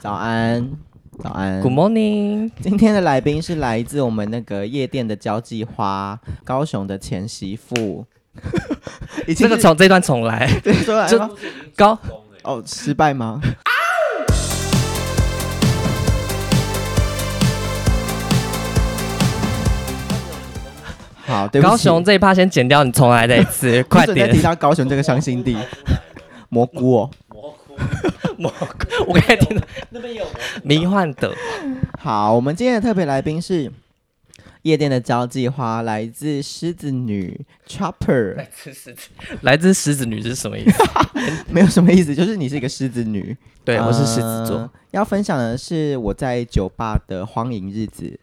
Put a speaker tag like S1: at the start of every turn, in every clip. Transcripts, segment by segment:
S1: 早安，早安。
S2: Good morning，
S1: 今天的来宾是来自我们那个夜店的交际花，高雄的前媳 妇。已
S2: 这
S1: 经
S2: 个
S1: 是
S2: 从这段重来，
S1: 对说来
S2: 这
S1: 吗？
S2: 高
S1: 哦，失败吗？好，对不起，
S2: 高雄这一趴先剪掉，你重来再一 次，快
S1: 不准再提
S2: 点。
S1: 到高雄这个伤心地。蘑菇哦，
S2: 蘑菇，我刚才听到
S3: 那边也有我
S2: 迷幻的，
S1: 好，我们今天的特别来宾是夜店的交际花，来自狮子女 Chopper。
S2: 自狮子，来自狮子女是什么意思？
S1: 没有什么意思，就是你是一个狮子女。
S2: 对，我是狮子
S1: 呃
S2: 座，
S1: 要分享的是我在酒吧的荒淫日子。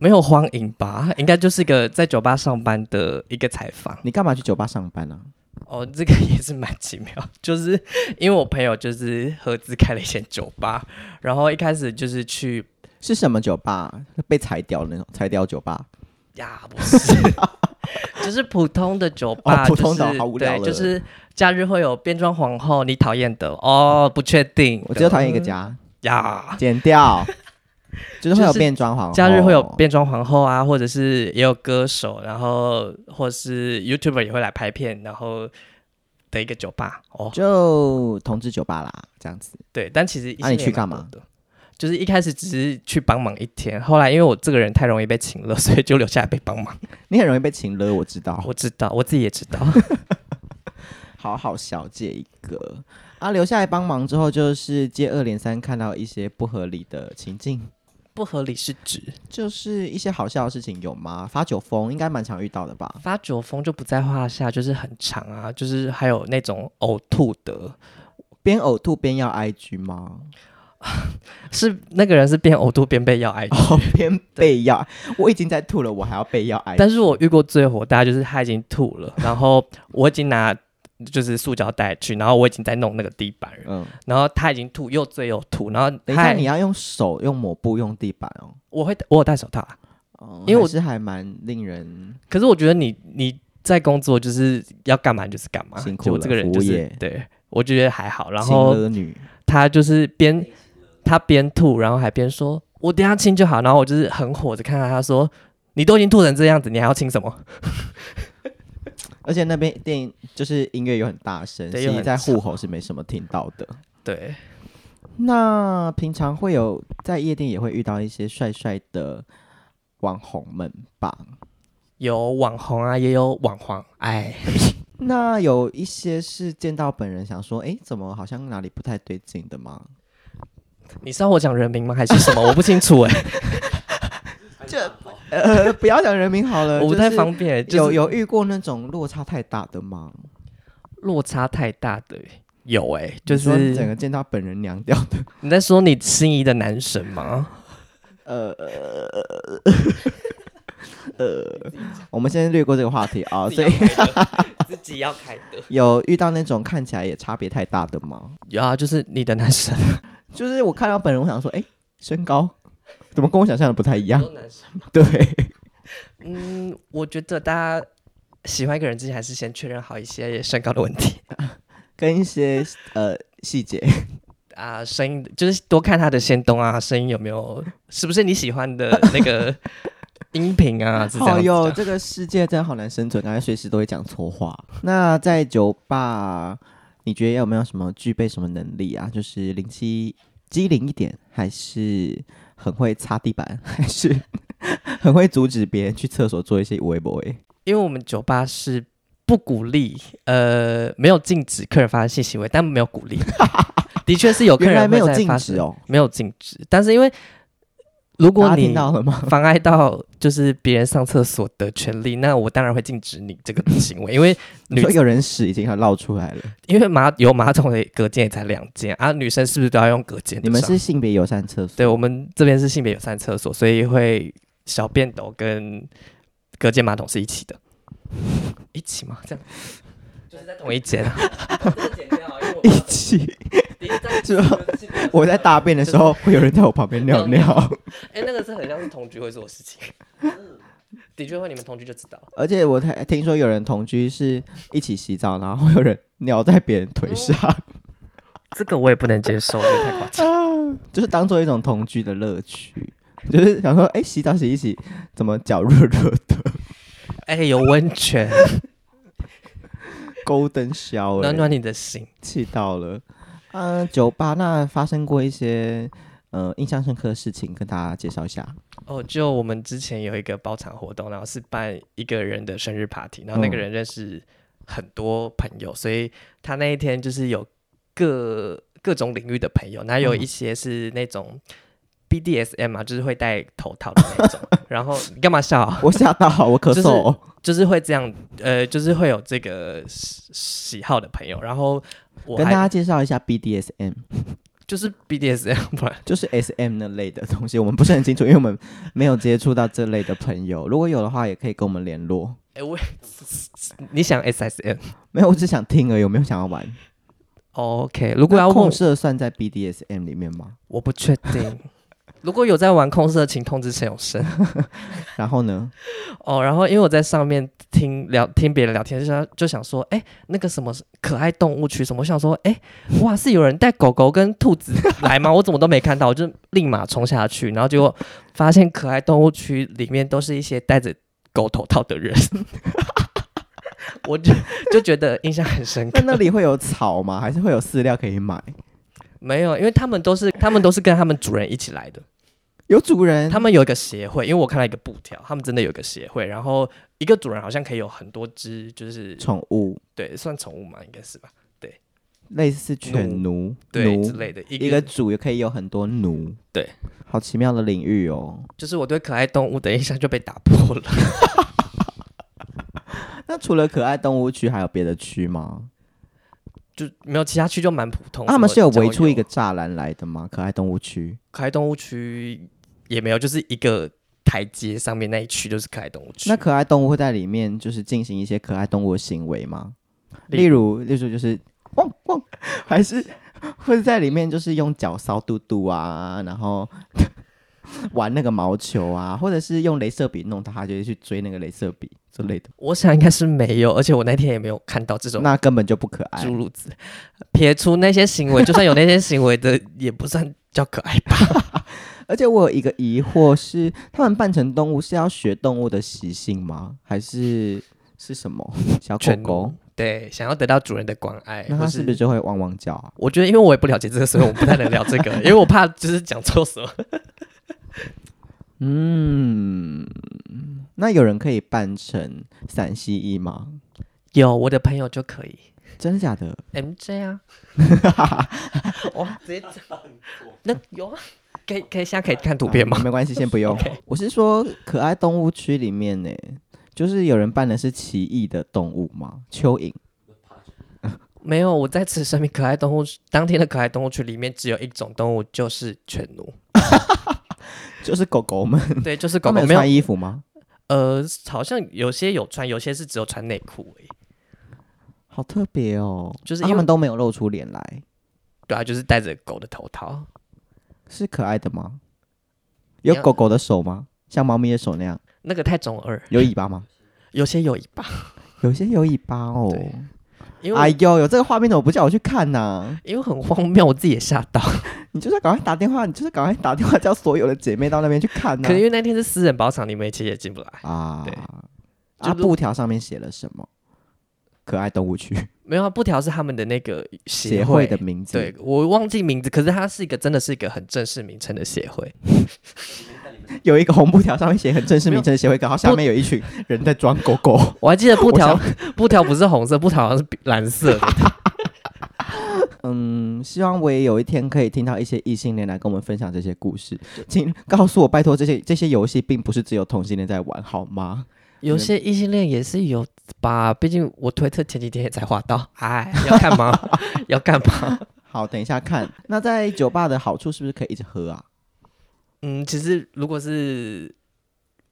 S2: 没有荒淫吧？应该就是一个在酒吧上班的一个采访。
S1: 你干嘛去酒吧上班啊呢、
S2: 哦，这个也是蛮奇妙， 就是因为我朋友就是合资开了一间酒吧，然后一开始就是去
S1: 是什么酒吧？被裁掉的那种裁掉酒吧？
S2: 呀，不是， 就是普通的酒吧，
S1: 哦普通的
S2: 就是
S1: 好无聊
S2: 对，就
S1: 了
S2: 是假日会有变装皇后，你讨厌的哦，不确定，
S1: 我只有讨厌一个家，
S2: 呀。
S1: 剪掉。就是会有
S2: 呃就是
S1: 变装皇后，
S2: 假日会
S1: 哦
S2: 有变装皇后啊，或者是也有歌手，然后或是 YouTuber 也会来拍片，然后的一个酒吧哦，
S1: 就同志酒吧啦，这样子。
S2: 对，但其实一
S1: 啊你去
S2: 系列蛮
S1: 干
S2: 多
S1: 嘛
S2: 的？就是一开始只是去帮忙一天，后来因为我这个人太容易被请了，所以就留下来被帮忙。
S1: 你很容易被请了，我知道。
S2: 我知道，我自己也知道。
S1: 好好小姐一个啊，留下来帮忙之后，就是接二连三看到一些不合理的情境，
S2: 不合理是指
S1: 就是一些好笑的事情有吗？发酒疯应该蛮常遇到的吧？
S2: 发酒疯就不在话下，就是很长啊，就是还有那种呕吐的，
S1: 边呕吐边要 IG 吗？
S2: 是那个人是边呕吐边被要 IG，、
S1: 哦， 边被要，我已经在吐了，我还要被要 IG。
S2: 但是我遇过最火大就是他已经吐了，然后我已经拿就是塑胶袋去，然后我已经在弄那个地板了，
S1: 嗯，
S2: 然后他已经吐又醉又吐，然后
S1: 等一
S2: 他
S1: 下
S2: 还
S1: 你要用手用抹布用地板哦。
S2: 我会我有戴手套啊，
S1: 哦，
S2: 因为我
S1: 还是还蛮令人
S2: 可是我觉得你你在工作就是要干嘛就是干嘛，
S1: 辛苦
S2: 就我
S1: 了
S2: 这个人
S1: 服务
S2: 就是
S1: 业
S2: 对我觉得还好，然
S1: 情
S2: 后
S1: 勒女，
S2: 他就是边他边吐，然后还边说：“我等一下亲就好。”然后我就是很火着看他，他说：“你都已经吐成这样子，你还要亲什么
S1: 而且那边电影就是音乐又很大声，所
S2: 对又
S1: 以
S2: 很
S1: 在户口是没什么听到的。？”
S2: 对，
S1: 那平常会有在夜店也会遇到一些帅帅的网红们吧？
S2: 有网红啊，也有网黄，哎，
S1: 那有一些是见到本人想说，哎，怎么好像哪里不太对劲的吗？
S2: 你是要我讲人名吗？还是什么？我不清楚 哎、
S1: 这 呃，不要讲人名好了，
S2: 我不
S1: 就
S2: 太
S1: 是
S2: 方便、欸。
S1: 有
S2: 有
S1: 有遇过那种落差太大的吗？
S2: 落差太大的、有哎、就
S1: 你说你整
S2: 是
S1: 个见到本人娘掉 的，
S2: 你在说你心仪的男神 吗？
S1: 呃呃我们先略过这个话题啊。所以
S2: 自己要 开的，
S1: 有遇到那种看起来也差别太大的吗？
S2: 有啊，就是你的男神，
S1: 就是我看到本人，我想说，哎，身高怎么跟我想象的不太一样？
S2: 男神。
S1: 对，
S2: 嗯，我觉得大家喜欢一个人之前，还是先确认好一些身高的问题。
S1: 跟一些呃细节，
S2: 啊、声音就是多看他的先动啊，声音有没有是不是你喜欢的 那个音频啊？是这样
S1: 好
S2: 子
S1: 哟，
S2: 讲。
S1: 哦这个世界真好难生存，感觉随时都会讲错话。那在酒吧，你觉得有没有什么具备什么能力啊？就是灵机机灵一点，还是很会擦地板，还是 很会阻止别人去厕所做一些微博？
S2: 因为我们酒吧是不鼓励，呃，没有禁止客人发生性行为，但没有 鼓励。的确是有客
S1: 原来
S2: 人
S1: 没
S2: 会
S1: 有
S2: 在
S1: 禁
S2: 发
S1: 止
S2: 生，
S1: 哦，
S2: 没有禁止，但是因为如
S1: 大
S2: 果
S1: 家
S2: 你
S1: 听到了吗？
S2: 妨碍到就是别人上厕所的权利，那我当然会禁止你这个行为，因为
S1: 你
S2: 女
S1: 说有人屎已经要绕出来了，
S2: 因为马有马桶的隔间也才两间啊，女生是不是都要用隔间的上？
S1: 你们是性别友善厕所？
S2: 对我们这边是性别友善厕所，所以会小便斗跟隔间马桶是一起的，一起吗？这样就是在同一间啊？
S1: 一起， 是吧？我在大便的时候，会有人在我旁边尿尿。
S2: 哎、那个是很像是同居会做的事情，的确会，你们同居就知道了。
S1: 而且我还听说有人同居是一起洗澡，然后有人尿在别人腿上。
S2: 这个我也不能接受，这个太夸张。
S1: 就是当做一种同居的乐趣，就是想说，哎、洗澡洗一洗，怎么脚热热的，
S2: 哎、有温泉，
S1: 勾灯烧、欸，
S2: 暖暖你的心。
S1: 气到了。嗯、酒吧那发生过一些呃印象深刻的事情，跟大家介绍一下。
S2: 哦，就我们之前有一个包场活动，然后是办一个人的生日 party，然后那个
S1: 嗯
S2: 人认识很多朋友，所以他那一天就是有各各种领域的朋友，那有一些是那种 BDSM 啊，就是会戴头套的那 种。然后你干嘛笑啊、
S1: 我吓到，我咳
S2: 就是
S1: 嗽。
S2: 就是会这样，呃，就是会有这个喜喜好的朋友。然后我
S1: 跟大
S2: 还
S1: 家介绍一下 BDSM，
S2: 就是 BDSM，不然
S1: 就是 SM 那类的东西，我们不是很清楚，因为我们没有接触到这类的朋友。如果有的话，也可以跟我们联络。
S2: 哎、我你想 SSM。
S1: 没有，我只想听而已，我没有想要 玩。
S2: 哦 OK，如果
S1: 那
S2: 要问
S1: 控射算在 BDSM 里面吗？
S2: 我不确定。 如果有在玩控色情，通知陈永 生
S1: 然后 呢？
S2: 哦。然后因为我在上面听聊听别人聊天，就想就想说，哎、那个什么可爱动物区什么，我想说，哎、哇，是有人带狗狗跟兔子来 吗？我怎么都没看到，我就立马冲下去，然后结果发现可爱动物区里面都是一些戴着狗头套的人， 我就就觉得印象很深
S1: 那
S2: 刻。
S1: 那里会有草吗？还是会有饲料可以买？
S2: 没有，因为他们都是他们都是跟他们主人一起来的。
S1: 有主人？
S2: 他们有一个协会，因为我看到一个布条，他们真的有一个协会，然后一个主人好像可以有很多只，就是
S1: 宠物
S2: 对，算宠物嘛，应该是吧，
S1: 类似犬奴、
S2: 对
S1: 奴
S2: 之类的。一个
S1: 一个主也可以有很多奴，
S2: 对，
S1: 好奇妙的领域哦。
S2: 就是我对可爱动物的印象就被打破了。
S1: 那除了可爱动物区，还有别的区吗？
S2: 就没有其他区就蛮普通。
S1: 啊他们是有
S2: 什么
S1: 围出一个
S2: 郊游
S1: 栅栏来的吗？可爱动物区，
S2: 可爱动物区，也没有，就是一个台阶上面那一区就是可爱动物区。
S1: 那可爱动物会在里面就是进行一些可爱动物的行为吗？例
S2: 例
S1: 如，例如就是汪汪，还是 会在里面就是用脚搔肚肚啊，然后 玩那个毛球啊，或者是用镭射笔弄它，它就会去追那个镭射笔之类的，
S2: 我想应该是没有，而且我那天也没有看到这种
S1: 那根本就不可爱
S2: 诸。如此类。撇除那些行为，就算有那些行为的，也不算叫可爱吧。
S1: 而且我有一个疑惑是，他们扮成动物是要学动物的习性吗？还是是什么小狗
S2: 犬
S1: 狗
S2: 奴？对，想要得到主人的关爱，
S1: 那
S2: 哎或
S1: 它是不是就会汪汪叫啊？
S2: 我觉得，因为我也不了解这个，所以我不太能聊这 个，因为我怕就是讲错什么。
S1: 嗯，那有人可以扮成陕西裔吗？
S2: 有我的朋友就可以
S1: 真的假的？
S2: MJ 啊，我直接讲，那有啊，可以可以，现在可以看图片
S1: 啊
S2: 吗？
S1: 没关系，先不用。我是说，可爱动物区里面呢，就是有人扮的是奇异的动物吗？蚯蚓。
S2: 没有，我在此声明，可爱动物当天的可爱动物区里面只有一种动物，就是犬 奴，
S1: 就是狗狗们，
S2: 对，就是 狗
S1: 他们
S2: 狗，
S1: 有
S2: 没有
S1: 穿衣服吗？
S2: 呃，好像有些有穿，有些是只有穿内裤而已。
S1: 好特别哦，
S2: 就是
S1: 啊
S2: 因
S1: 他
S2: 为
S1: 们都没有露出脸来，
S2: 对啊，就是戴着狗的头套，
S1: 是可爱的吗？
S2: 没有
S1: 有狗狗的手吗？像猫咪的手那样？
S2: 那个太中二，
S1: 有尾巴 吗？
S2: 有些有尾巴，
S1: 有些有尾巴哦。
S2: 对因为我
S1: 哎呦，有这个画面怎么不叫我去看呢、
S2: 因为很荒谬，我自己也吓到。
S1: 你就是要赶快打电话，你就是赶快打电话叫所有的姐妹到那边去看呢、
S2: 可能因为那天是私人包场，你们其实也进不来。
S1: 啊，
S2: 对
S1: 啊，
S2: 就不
S1: 布条上面写了什么？可爱动物区
S2: 没有啊，布条是他们的那个协
S1: 协会的名字，
S2: 对，我忘记名字，可是它是一个真的是一个很正式名称的协会。
S1: 有一个红布条上面写很正式名称的协会，然后下
S2: 不
S1: 面有一群人在装狗 狗，
S2: 我还记得布条，布条 不是红色，布条好像是蓝色的。
S1: 嗯，希望我也有一天可以听到一些异性恋来跟我们分享这些故事，请告诉我，拜托，这些这些游戏并不是只有同性恋在玩，好吗？
S2: 有些异性恋也是有吧，毕竟我推特前几天也才画到。哎，要干嘛？ 要干嘛？
S1: 好，等一下看。那在酒吧的好处是不是可以一直喝啊？
S2: 嗯，其实如果是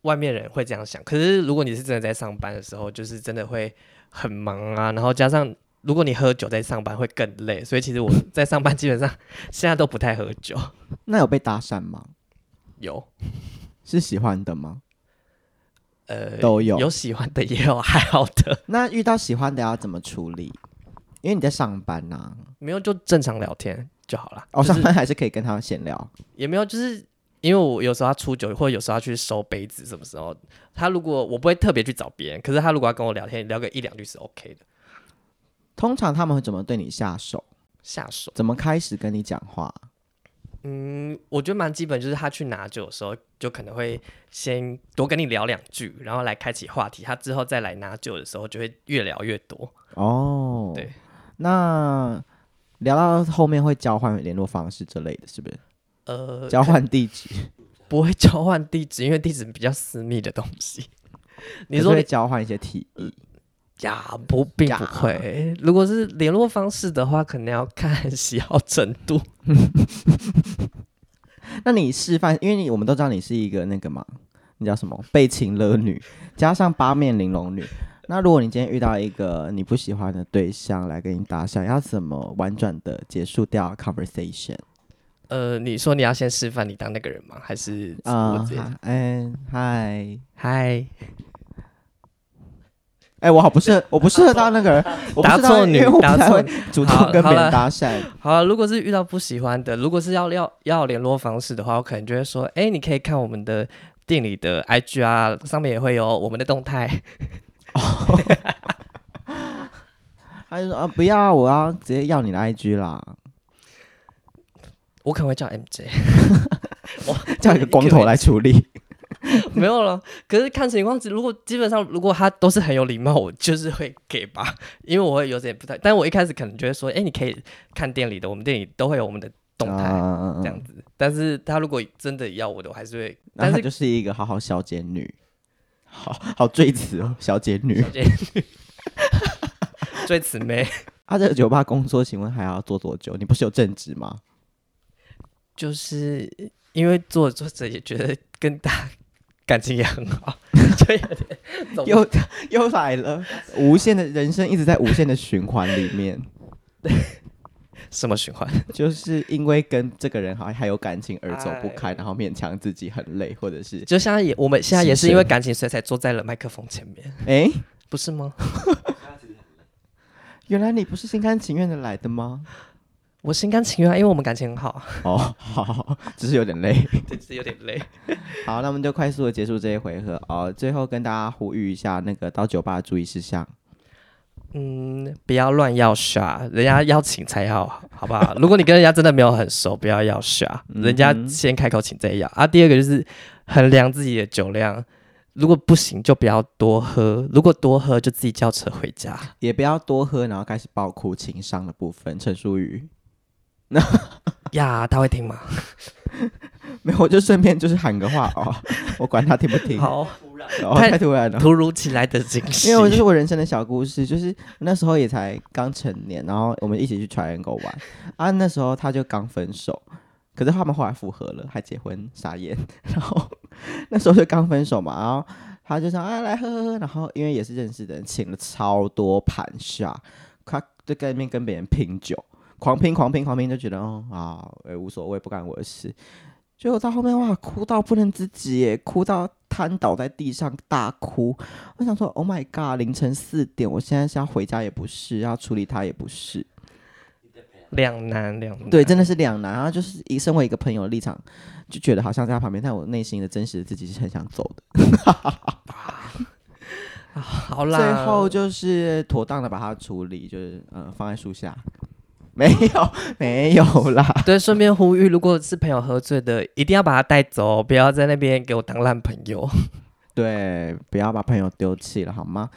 S2: 外面人会这样想，可是如果你是真的在上班的时候，就是真的会很忙啊，然后加上如果你喝酒在上班会更累，所以其实我在上班基本上 现在都不太喝酒。
S1: 那有被搭讪吗？
S2: 有，
S1: 是喜欢的吗？
S2: 呃，
S1: 都有
S2: 有喜欢的，也有爱好的。
S1: 那遇到喜欢的要怎么处理？因为你在上班呐、
S2: 没有就正常聊天就好了。
S1: 哦，
S2: 就
S1: 上
S2: 是
S1: 班还是可以跟他闲聊。
S2: 也没有，就是因为我有时候要出酒，或者有时候要去收杯子，什么时候他如果我不会特别去找别人，可是他如果要跟我聊天，聊个一两句是 OK 的。
S1: 通常他们会怎么对你下手？
S2: 下手，
S1: 怎么开始跟你讲话？
S2: 嗯，我觉得蛮基本，就是他去拿酒的时候，就可能会先多跟你聊两句，然后来开启话题。他之后再来拿酒的时候，就会越聊越多。
S1: 哦，
S2: 对，
S1: 那聊到后面会交换联络方式之类的，是不是？
S2: 呃，
S1: 交换地址，
S2: 不会交换地址，因为地址比较私密的东西。 你
S1: 可是
S2: 说
S1: 会交换一些提议？
S2: 呀，不，并不
S1: 呀
S2: 会。如果是联络方式的话，可能要看喜好程度。
S1: 那你示范，因为你我们都知道你是一个那个嘛，你叫什么被情勒女，加上八面玲珑女。那如果你今天遇到一个你不喜欢的对象来跟你搭讪，要怎么婉转的结束掉 conversation？
S2: 呃，你说你要先示范你当那个人吗？还是我
S1: 啊
S2: 直接？
S1: 哈嗯，嗨，
S2: 嗨，
S1: 哎，我好不适合，我不适合当那个人，我不
S2: 打
S1: 是当
S2: 错
S1: 因
S2: 女
S1: 为我，不
S2: 打
S1: 太
S2: 错
S1: 会
S2: 女。
S1: 主动
S2: 好
S1: 跟别
S2: 好
S1: 人
S2: 了
S1: 搭讪。
S2: 好啊，如果是遇到不喜欢的，如果是要要要联络方式的话，我可能就会说，哎、你可以看我们的店里的 IG 啊，上面也会有我们的动态。
S1: 他就说啊，不要啊，我要直接要你的 IG 啦，
S2: 我可能会叫 MJ，
S1: 叫一个光头来处理。
S2: 没有了。可是看情况，如果基本上如果他都是很有礼貌，我就是会给吧，因为我会有点不太。但我一开始可能就会说，哎、你可以看店里的，我们店里都会有我们的动态、
S1: 嗯
S2: 这样子。但是他如果真的要我的，我还是会。
S1: 然后
S2: 但
S1: 她
S2: 是
S1: 就是一个好好小姐女，好好坠词哦，小姐 女。
S2: 最此妹
S1: 她在酒吧工作，请问还要做多久？你不是有正职吗？
S2: 就是因为做着做着也觉得跟大家感情也很好，就有点 走不
S1: 又又来了，无限的人生一直在无限的循环里面，
S2: 什么循环。
S1: 就是因为跟这个人好像还有感情而走不开，
S2: 哎
S1: 然后勉强自己很累，或者是
S2: 就像也我们现在也
S1: 是
S2: 是
S1: 是
S2: 因为感情，所以才坐在了麦克风前面，
S1: 哎、
S2: 不是吗？
S1: 原来你不是心甘情愿的来的吗？
S2: 我心甘情愿啊，因为我们感情很好，
S1: 哦，好好，好只是有点累。
S2: 对，只是有点累。
S1: 好，那我们就快速的结束这一回合哦。最后跟大家呼吁一下，那个到酒吧的注意事项。
S2: 嗯，不要乱要耍，人家邀请才要，好不好？如果你跟人家真的没有很熟，不要要耍，
S1: 嗯
S2: 人家先开口请再要啊。第二个就是衡量自己的酒量，如果不行就不要多喝，如果多喝就自己叫车回家。
S1: 也不要多喝，然后开始爆哭情商的部分。陈淑宇，
S2: 呀，他会听吗？
S1: 没有，我就顺便就是喊个话哦，我管他听不听，
S2: 好，
S1: 哦，
S2: 太
S1: 太突然了。
S2: 突如其来的惊喜。
S1: 因为我这是我人生的小故事，就是那时候也才刚成年，然后我们一起去 Triangle 玩啊，那时候他就刚分手，可是他们后来复合了，还结婚，傻眼。 然后那时候就刚分手嘛，然后他就说啊来喝喝喝，然后因为也是认识的人，请了超多盘下，他就在那边跟别人拼酒，狂拼狂拼狂拼，就觉得哦啊也无所谓，不干我的事。结果到后面哇，哭到不能自己耶，哭到瘫倒在地上大哭，我想说，Oh my god，凌晨四点，我现在是要回家也不是，要处理他也不是，
S2: 两难两难。
S1: 对，真的是两难。然后就是以身为一个朋友的立场，就觉得好像在他旁边，但我内心的真实的自己是很想走的。
S2: 好啦。
S1: 最后就是妥当的把它处理，就是呃放在树下，没有没有啦，
S2: 对，顺便呼吁，如果是朋友喝醉的，一定要把他带走，不要在那边给我当烂朋友。
S1: 对，不要把朋友丢弃了好吗？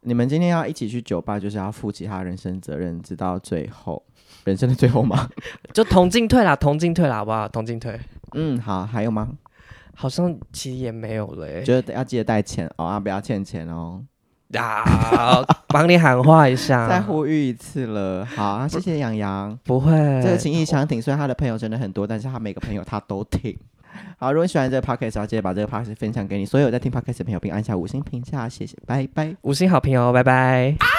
S1: 你们今天要一起去酒吧，就是要负起他人生责任，直到最后，人生的最后 吗？
S2: 就同进退啦，同进退啦，好不好？同进退，
S1: 嗯，好，还有吗？
S2: 好像其实也没有了、欸。
S1: 觉得要记得带钱哦，啊，不要欠钱哦。
S2: 啊，帮你喊话一
S1: 再
S2: 下，
S1: 呼吁一次了。好啊，谢谢杨洋。
S2: 不会。
S1: 这个情谊相挺，虽然他的朋友真的很多，但是他每个朋友他都挺。好，如果你喜欢这个 podcast，要记得把这个 podcast 分享给你所有在听 podcast 的朋友，并按下五星评价，谢谢，拜拜。
S2: 五星好评哦，拜拜。啊